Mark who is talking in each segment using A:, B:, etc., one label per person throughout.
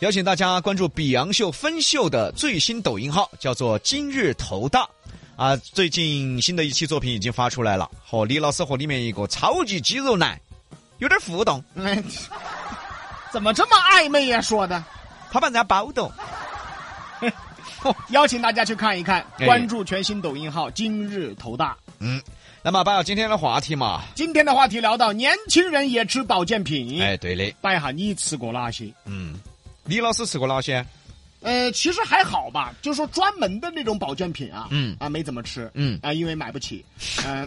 A: 邀请大家关注比洋秀分秀的最新抖音号，叫做“今日头大”。啊，最近新的一期作品已经发出来了，和李老师和里面一个超级肌肉男有点互动，
B: 哎，怎么这么暧昧呀、说的，
A: 他把人家包动。
B: 邀请大家去看一看，
A: 哎
B: 关注全新抖音号“今日头大
A: 嗯，那么把我今天的话题嘛”。，
B: 今天的话题聊到年轻人也吃保健品，
A: 哎，对的，
B: 摆下你吃过哪些？
A: 嗯，李老师吃过哪些？
B: 呃，其实还好吧，就说专门的那种保健品啊，
A: 嗯
B: 啊没怎么吃，
A: 嗯
B: 啊因为买不起，嗯、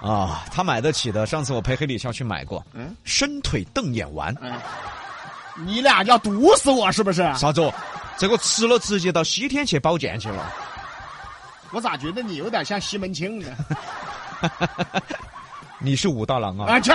A: 啊，他买得起的，上次我陪黑李笑去买过，
B: 嗯
A: 伸腿瞪眼丸，
B: 嗯、你俩要毒死我是不是？
A: 啥子？这个吃了直接到西天去保健去了。
B: 我咋觉得你有点像西门庆呢？
A: 你是武大郎啊？
B: 啊去！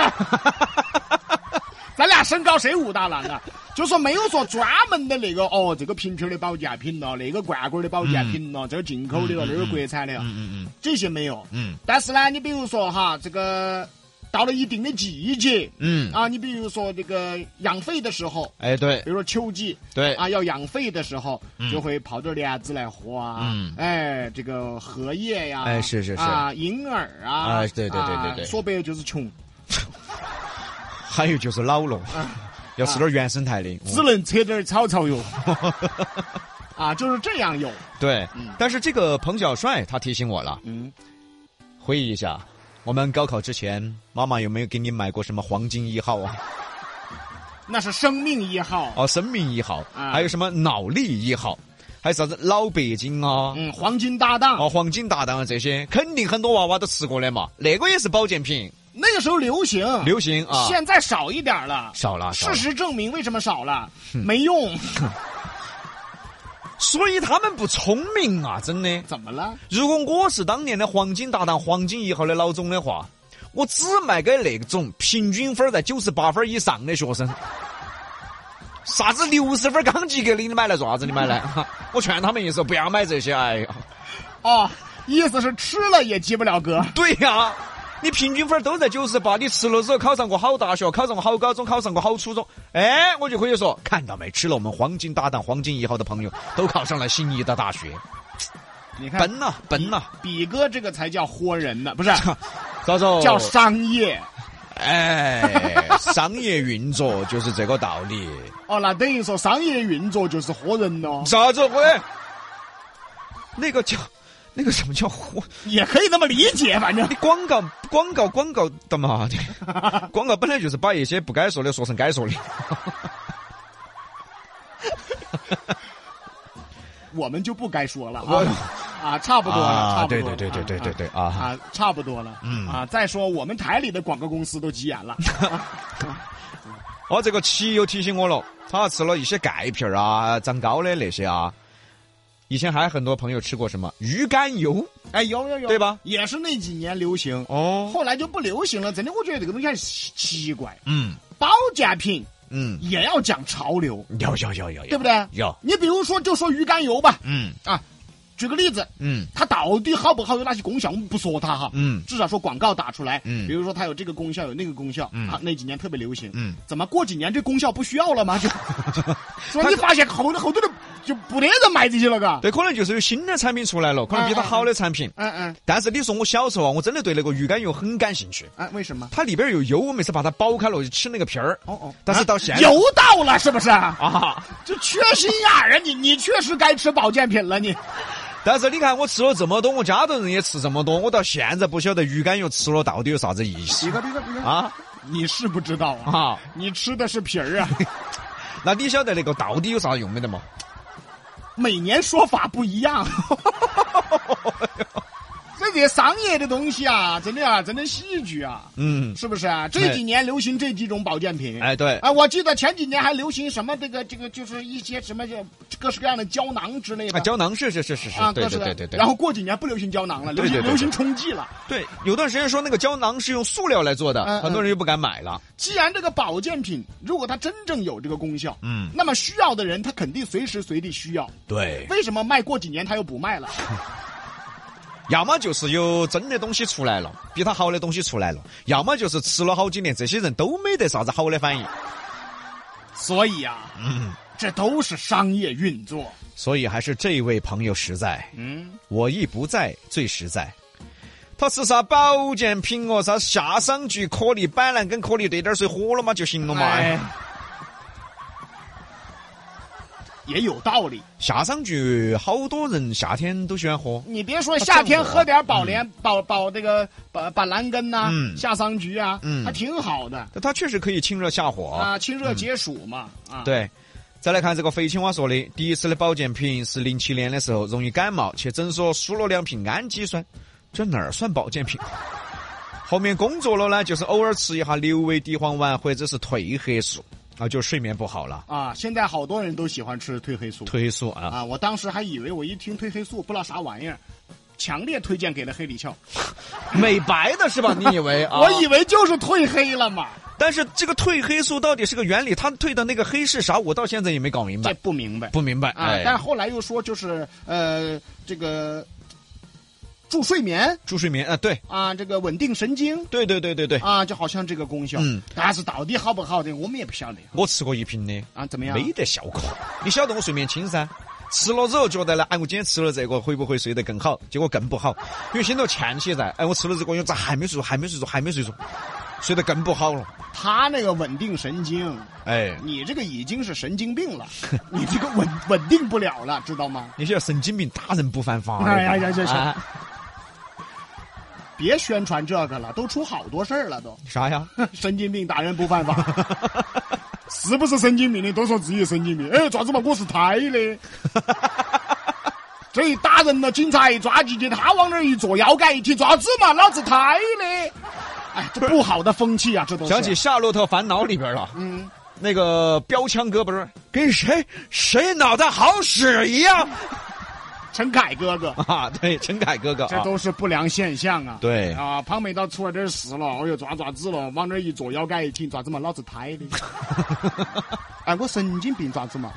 B: 咱俩身高谁武大郎啊？就说没有说专门的那个哦，这个瓶瓶的保健品咯，那个罐罐的保健品咯，这个进口的哟，那个国产的哟，
A: 嗯嗯
B: 这些没有。
A: 嗯
B: 但是呢，你比如说哈，这个到了一定的季节
A: 嗯嗯，
B: 啊，你比如说这个养肺的时候，
A: 哎，对
B: 比如说秋季
A: 对，
B: 啊，要养肺的时候
A: 嗯，
B: 就会泡点莲子来喝啊
A: 嗯，
B: 哎，这个荷叶呀，
A: 哎是是是
B: 啊，银耳啊，
A: 啊对对对
B: 啊
A: 对对
B: 说白了就是穷。
A: 还有就是老了，要吃点原生态嗯的。
B: 只能扯点草草 油啊，就是这样有。
A: 对
B: 嗯，
A: 但是这个彭小帅他提醒我了，
B: 嗯，
A: 回忆一下，我们高考之前，妈妈有没有给你买过什么黄金一号啊？
B: 那是生命一号。
A: 哦，生命一号，
B: 啊
A: 还有什么脑力一号，还有啥子老北京啊？
B: 嗯，黄金搭档、
A: 哦，黄金搭档啊，这些肯定很多娃娃都吃过的嘛。那个也是保健品，
B: 那个时候流行，
A: 流行啊，
B: 现在少一点了。
A: 少了少
B: 事
A: 了。
B: 实证明，为什么少了？没用。
A: 所以他们不聪明啊，真的。
B: 怎么了？
A: 如果我是当年的黄金搭档、黄金一号的老总的话，我只卖给那种平均分儿在九十八分以上的学生。啥子六十分刚及格的，你买来做啥子？你买来？我劝他们一手，不要买这些。哎呀，
B: 哦，意思是吃了也及不了格。
A: 对呀、你平均分儿都在九十八，你吃了之后考上过好大学，考上过好高中，考上过好初中，哎，我就可以说，看到没，吃了我们黄金搭档、黄金一号的朋友都考上了心仪的大学，
B: 你看，
A: 笨呐、笨呐、哦
B: 比哥这个才叫豁人呢，不是
A: 咋子？
B: 叫商业。
A: 哎，商业运作就是这个道理。
B: 哦，那等于说商业运作就是豁人喽，
A: 啥子喂？那个叫那个什么叫火？
B: 也可以那么理解，反正
A: 你广告广告广告的嘛的，广告本来就是把一些不该说的说成该说的。
B: 我们就不该说了
A: 我
B: 啊。啊，差不多了，
A: 啊
B: 差不
A: 对
B: 多了
A: 对对对对对对啊
B: 啊啊，差不多了，
A: 嗯
B: 啊，再说我们台里的广告公司都急眼了，
A: 哦，这个棋又提醒我了，他吃了一些钙片儿啊、长高的那些啊。以前还很多朋友吃过什么鱼肝油，
B: 哎，有有有，
A: 对吧？
B: 也是那几年流行，
A: 哦，
B: 后来就不流行了，真的，我觉得这个东西还奇奇怪，
A: 嗯
B: 保健品
A: 嗯，
B: 也要讲潮流，
A: 有有有有有，
B: 对不对？
A: 有，
B: 你比如说，就说鱼肝油吧，
A: 嗯
B: 啊，举个例子，
A: 嗯
B: 它到底好不好，有哪些功效，我们不说它哈，
A: 嗯
B: 至少说广告打出来，
A: 嗯
B: 比如说它有这个功效，有那个功效，
A: 嗯
B: 啊，那几年特别流行，
A: 嗯，
B: 怎么过几年这功效不需要了吗？ 就说你发现好多好多的就不得人买这些了，嘎。
A: 对，可能就是有新的产品出来
B: 啊
A: 了，可能比它好的产品。
B: 嗯嗯
A: 但是你说我小时候啊，我真的对那个鱼肝油很感兴趣，
B: 嗯，为什么？
A: 它里边有油，我每次把它剥开了我就吃那个皮儿。
B: 哦哦，
A: 但是
B: 啊
A: 到现在
B: 油到了是不是？
A: 啊，
B: 就缺心眼儿啊！你你确实该吃保健品了，你
A: 但是你看我吃了这么多，我家头人也吃这么多，我到现在不晓得鱼肝油吃了到底有啥子意思
B: 哥，比哥，比哥，
A: 啊
B: 你是不知道啊，
A: 啊！
B: 你吃的是皮儿啊！
A: 那你晓得那个到底有啥用没得嘛？
B: 每年说法不一样。这些商业的东西啊，真的啊，真的戏剧啊，
A: 嗯，
B: 是不是啊？这几年流行这几种保健品，
A: 哎对，
B: 啊，我记得前几年还流行什么这个这个，就是一些什么就各式各样的胶囊之类的
A: 啊，胶囊是是是是是
B: 啊，，
A: 对
B: 各
A: 对
B: 式的
A: 对对对。
B: 然后过几年不流行胶囊了，流
A: 对
B: 行
A: 对对
B: 流行冲剂了。
A: 对，有段时间说那个胶囊是用塑料来做的，
B: 嗯
A: 很多人就不敢买了。
B: 既然这个保健品如果它真正有这个功效，
A: 嗯，
B: 那么需要的人他肯定随时随地需要。
A: 对，
B: 为什么卖过几年他又不卖了？
A: 要么就是有真的东西出来了，比它好的东西出来了；要么就是吃了好几年，这些人都没得啥子好的反应。
B: 所以啊，
A: 嗯，
B: 这都是商业运作。
A: 所以还是这位朋友实在。
B: 嗯，
A: 我亦不在最实在。他吃啥保健品哦，啥夏桑菊、颗粒板蓝根、颗粒兑点儿水喝了嘛就行了嘛。
B: 哎，也有道理。
A: 夏桑菊好多人夏天都喜欢喝，
B: 你别
A: 啊
B: 说夏天喝点宝莲、宝宝这个板板蓝根呐、
A: 嗯
B: 夏桑菊啊，
A: 嗯
B: 还挺好的
A: 但它确实可以清热下火。
B: 啊，清热解暑嘛。啊，，
A: 对，再来看这个肥青蛙说的，第一次的保健品是零七年的时候，容易感冒，去诊所输了两瓶氨基酸，这哪儿算保健品？ 后面工作了呢，就是偶尔吃一下六味地黄丸或者是褪黑素，啊，就睡眠不好了，
B: 啊，现在好多人都喜欢吃褪黑素
A: 褪黑素啊。
B: 啊，我当时还以为我一听褪黑素不知道啥玩意儿，强烈推荐给了黑李翘，
A: 美白的是吧？你以为啊？
B: 我以为就是褪黑了嘛，
A: 但是这个褪黑素到底是个原理，它褪的那个黑是啥？我到现在也没搞明
B: 这
A: 白，
B: 不明白
A: 不明白。哎
B: 啊。但后来又说就是呃这个助睡眠
A: 助睡眠啊，对
B: 啊，这个稳定神经
A: 对对对对对，
B: 啊，就好像这个功效，
A: 嗯
B: 但是到底好不好的我们也不晓得。
A: 我吃过一瓶的，
B: 啊，怎么样？
A: 没得效果。你晓得我睡眠轻噻，吃了之后觉得呢，哎，我今天吃了这个会不会睡得更好？结果更不好，因为心头欠起在，哎，我吃了这个，我咋还没睡着？还没睡着？还没睡着？睡得更不好了。
B: 他那个稳定神经，
A: 哎，
B: 你这个已经是神经 病了，你这个稳稳定不了了，知道吗？
A: 你晓得神经病打人不犯法的？
B: 哎呀呀呀呀
A: 啊
B: 别宣传这个了，都出好多事儿了都。
A: 啥呀？
B: 神经病打人不犯法，是不是神经病的都说自己神经病？哎，爪子嘛，我是胎 的。这一打人了，警察一抓进去，他往那儿一坐，腰杆一提，爪子嘛，老子胎的。哎，这不好的风气啊，这都是。
A: 想起《夏洛特烦恼》里边了。
B: 嗯，
A: 那个标枪哥不是跟谁谁脑袋好使一样
B: 陈凯哥哥。
A: 啊？对，陈凯哥哥
B: 这
A: 啊，
B: 都是不良现象啊！
A: 对
B: 啊，胖妹到出来这儿死了，哎呦爪爪子了，往那儿一坐，腰杆一挺，爪子嘛，老子胎 的。哎，我神经病，爪子嘛。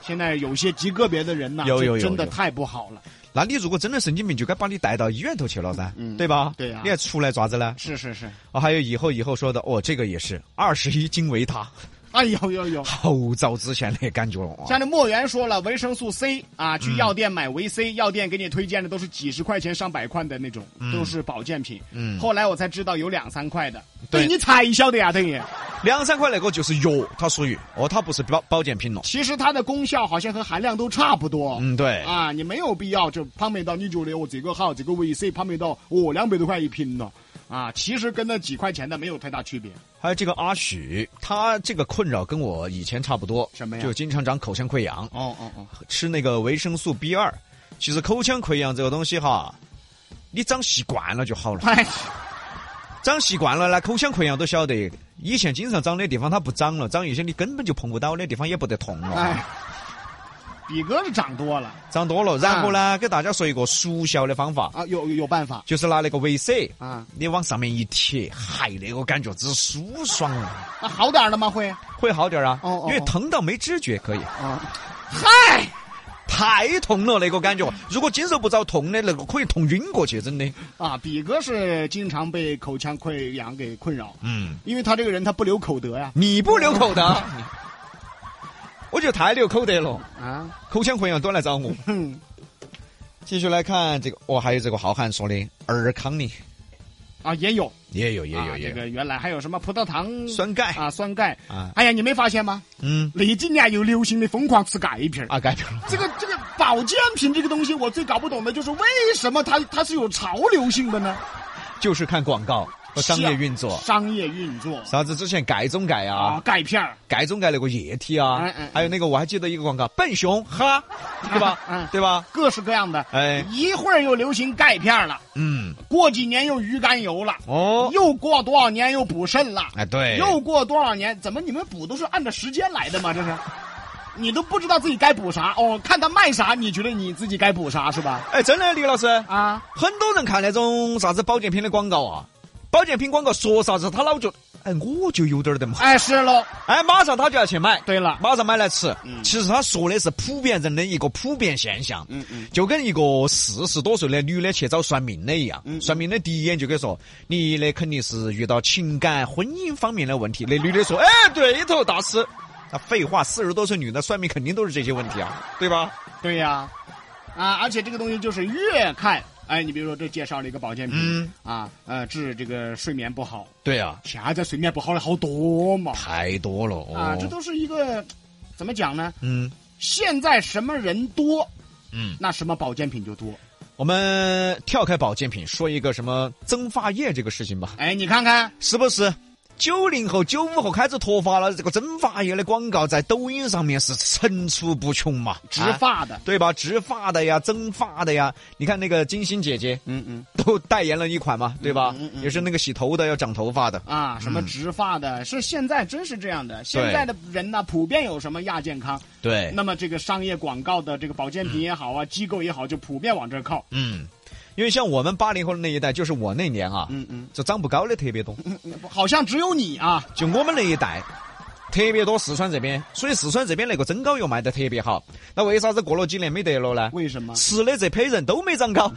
B: 现在有些极个别的人呐、
A: 有
B: 这
A: 有有
B: 真的
A: 有
B: 太不好了。
A: 那你如果真的神经病，就该把你带到医院头去了噻，对吧？
B: 嗯对呀
A: 你还出来爪子呢？
B: 是 是是，
A: 哦，还有以后以后说的哦，这个也是二十一斤维他，
B: 哎呦呦呦！
A: 好早之前的感觉了。哇
B: 像那莫言说了，维生素 C
A: 嗯
B: 啊，去药店买维 C，、药店给你推荐的都是几十块钱、上百块的那种，都是保健品。
A: 嗯
B: 后来我才知道有两三块的，哎
A: 对
B: 你才晓得呀，等于。
A: 两三块那个就是药，它属于哦，它不是保保健品了。
B: 其实它的功效好像和含量都差不多。
A: 嗯，对，
B: 啊，你没有必要就胖妹到你觉得我这个好，这个维 C 胖妹到哦两百多块一瓶了，啊，其实跟那几块钱的没有太大区别。
A: 还有这个阿许，他这个困扰跟我以前差不多，
B: 什么呀
A: 就经常长口腔溃疡。
B: 哦哦哦，
A: 吃那个维生素 B 二。其实口腔溃疡这个东西哈，你长习惯了就好了。
B: 哎，
A: 长习惯了呢，口腔溃疡都晓得，以前经常长的地方它不长了，长一些你根本就碰不到的地方也不得痛了，
B: 哎，比哥是长多了
A: 长多了。然后呢，给大家说一个速效的方法，
B: 啊，有有有办法
A: 就是拿那个维 C，
B: 啊，
A: 你往上面一贴，嗨，那个感觉之舒爽啊，
B: 啊好点儿了吗？会
A: 会好点儿啊
B: 哦哦，
A: 因为疼到没知觉可以。
B: 啊，嗨，
A: 太痛了，那个感觉。如果经受不着痛的，那个可以痛晕过去，真的。
B: 啊，比哥是经常被口腔溃疡给困扰，
A: 嗯，
B: 因为他这个人他不留口德呀，
A: 你不留口德，我觉得太留口德了，
B: 啊，
A: 口腔溃疡都来找我。
B: 哼，
A: 继续来看这个，哦，还有这个浩瀚说的尔康宁，
B: 啊也有
A: 也有也
B: 啊这个原来还有什么葡萄糖
A: 酸钙
B: 啊酸钙
A: 啊，
B: 哎呀，你没发现吗？
A: 嗯
B: 那几年又流行的疯狂吃钙片儿。
A: 啊，钙片儿，
B: 这个这个保健品这个东西，我最搞不懂的就是为什么它它是有潮流性的呢？啊
A: 就是看广告和商业运作，
B: 商业运作
A: 啥子之前钙中钙
B: 啊，
A: 啊，
B: 钙片儿
A: 钙中钙那个液体啊
B: 嗯嗯嗯，
A: 还有那个我还记得一个广告，笨熊哈，对
B: 嗯
A: 吧？对吧？
B: 各式各样的，
A: 哎，
B: 一会儿又流行钙片儿了，
A: 嗯，
B: 过几年又鱼肝油了，
A: 哦，
B: 又过多少年又补肾了，
A: 哎对，
B: 又过多少年，怎么你们补都是按照时间来的吗？这是。你都不知道自己该补啥哦，看他卖啥，你觉得你自己该补啥是吧？
A: 哎，真的，李老师，
B: 啊，
A: 很多人看那种啥子保健品的广告啊，保健品广告说啥子他老觉得，哎，我就有点儿得嘛，
B: 哎，是喽。
A: 哎，马上他就要去买，
B: 对了，
A: 啊马上买来吃。
B: 嗯
A: 其实他说的是普遍人的一个普遍现象，
B: 嗯嗯
A: 就跟一个四十多岁的女的去找算命的一样，
B: 嗯嗯
A: 算命的第一眼就跟说，你的肯定是遇到情感、婚姻方面的问题。那女的说，哎，对头，大师。那废话，四十多岁女的算命肯定都是这些问题啊，对吧？
B: 对呀、啊，而且这个东西就是越看，哎，你比如说这介绍了一个保健品、
A: 嗯
B: 啊，呃，治这个睡眠不好，
A: 对啊，
B: 现在睡眠不好的好多嘛，
A: 太多了哦。
B: 啊，这都是一个怎么讲呢？
A: 嗯
B: 现在什么人多，
A: 嗯，
B: 那什么保健品就多。
A: 我们跳开保健品，说一个什么增发液这个事情吧，
B: 哎，你看看，
A: 是不是？九零后、九五后开始脱发了，这个蒸发液的广告在抖音上面是层出不穷嘛，
B: 植
A: 啊
B: 发的，
A: 对吧？植发的呀，增发的呀，你看那个金星姐姐
B: 嗯嗯
A: 都代言了一款嘛，对吧？
B: 嗯嗯嗯
A: 也是那个洗头的，要长头发的。
B: 啊，什么植发的，是现在真是这样的。现在的人呢，普遍有什么亚健康，
A: 对
B: 那么这个商业广告的这个保健品也好啊，机构也好，就普遍往这儿靠。
A: 嗯，因为像我们八零后的那一代，就是我那年啊，
B: 嗯嗯
A: 就长不高的特别多，
B: 嗯，好像只有你啊，
A: 就我们那一代。特别多四川这边，所以四川这边那个增高药卖得特别好。那为啥子过了几年没得了呢？
B: 为什么？
A: 吃的这批人都没长高，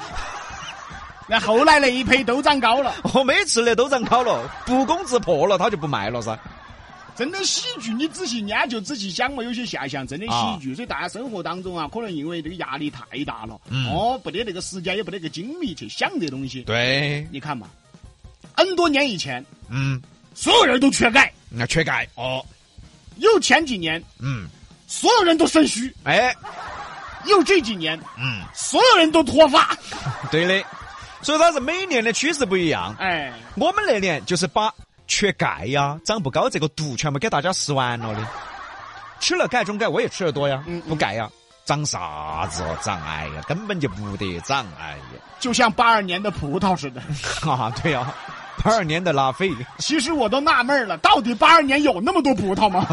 B: 那后来那一批都长高了，
A: 我没吃的都长高了，不攻自破了，他就不卖了噻。
B: 真的喜剧，你仔细研究、仔细想嘛，有些现象真的喜剧。所以大家生活当中啊，可能因为这个压力太大了，哦，没得那个时间，也没得那个精力去想这东西。
A: 对，
B: 你看嘛，N 多年以前，
A: 嗯，
B: 所有人都缺钙，
A: 那缺钙哦，
B: 又前几年
A: 嗯，
B: 所有人都肾虚，
A: 哎，
B: 又这几年
A: 嗯，
B: 所有人都脱发。
A: 对的，所以它是每年的趋势不一样。
B: 哎，
A: 我们那年就是把缺钙呀、长不高这个毒全部给大家吃完了的。吃了钙中钙，我也吃得多呀，
B: 嗯嗯
A: 我钙呀，长啥子哦，长哎呀，根本就不得长，哎呀，
B: 就像八二年的葡萄似的。
A: 哈、哈，对呀、八二年的拉菲，
B: 其实我都纳闷儿了，到底八二年有那么多葡萄吗？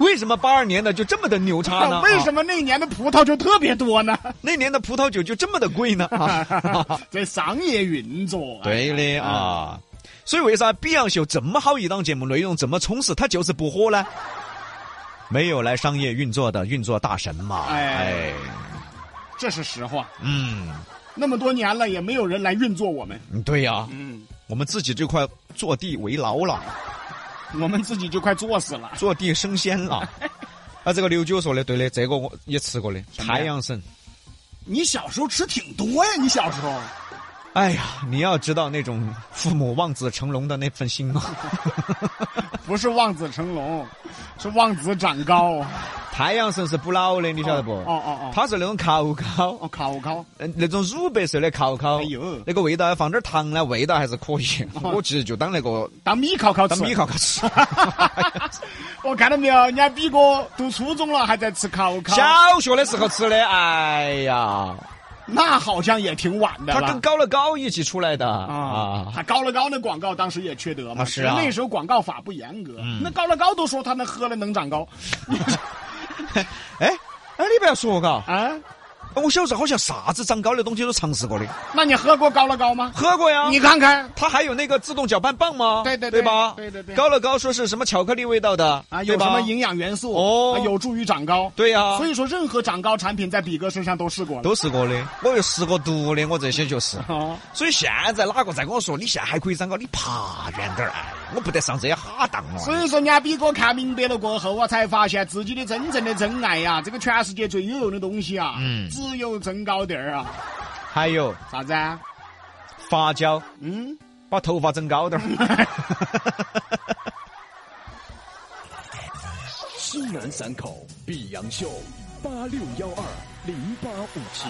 A: 为什么八二年的就这么的牛叉 呢？
B: 为
A: 啊
B: 什么那一年的葡萄就特别多呢？
A: 那年的葡萄酒就这么的贵 呢？啊
B: 这商业运作、啊。
A: 对的啊，所以为啥《比洋秀》这么好一档节目，内容这么充实，它就是不火呢？没有来商业运作的运作大神嘛？
B: 哎
A: 哎，
B: 这是实话。
A: 嗯，
B: 那么多年了，也没有人来运作我们。
A: 对呀、
B: 嗯，
A: 我们自己这块坐地为牢了，
B: 我们自己就快作死了。
A: 坐地升仙 了。啊，这个刘九说的对的，这个我也吃过的
B: 么呀
A: 太阳神。
B: 你小时候吃挺多呀，你小时候。
A: 哎呀，你要知道那种父母望子成龙的那份心啊！
B: 不是望子成龙，是望子长高。
A: 太阳神是不老的，你晓得不？
B: 哦哦哦
A: 它是那种烤烤，
B: 哦，烤烤，
A: 嗯，那种乳白色的烤烤，
B: 哎呦
A: 那个味道放点儿糖呢，味道还是可 以。我其实就当那个
B: 当米烤烤吃。
A: 当米烤烤 吃。
B: 我看到没有，人家比哥读初中了还在吃烤烤，
A: 小学的时候吃的，哎呀，
B: 那好像也挺晚的
A: 它
B: 了
A: 跟。高乐高一起出来的
B: 啊，
A: 啊。
B: 还高乐高那广告当时也缺德嘛，
A: 啊是啊
B: 那时候广告法不严格，那高乐高都说他那喝了能长高，
A: 哎哎，你不要说嘎，
B: 啊，
A: 我小时候好像啥子长高的东西都尝试过的，
B: 那你喝过高乐高吗？
A: 喝过呀。
B: 你看看
A: 它还有那个自动搅拌棒吗？
B: 对对
A: 对
B: 对
A: 吧？
B: 对对对
A: 高乐高说是什么巧克力味道的
B: 啊，有
A: 对吧
B: 什么营养元素
A: 哦
B: 啊有助于长高。
A: 对呀，
B: 所以说，任何长高产品在比哥身上都试过了。
A: 都是过的。我又试过毒的，我这些 就是。
B: 哦，
A: 所以现在哪个再跟我说你现在还可以长高，你爬远点儿，哎，我不得上这些哈当啊了。
B: 所以说，人家比哥看明白了过后啊，才发现自己的真正的真爱呀、这个全世界最有用的东西啊，
A: 嗯
B: 只有增高垫儿啊，
A: 还有
B: 啥子啊？
A: 发胶，
B: 嗯，
A: 把头发整高点儿。
C: 西南三口碧阳秀八六幺二零八五七。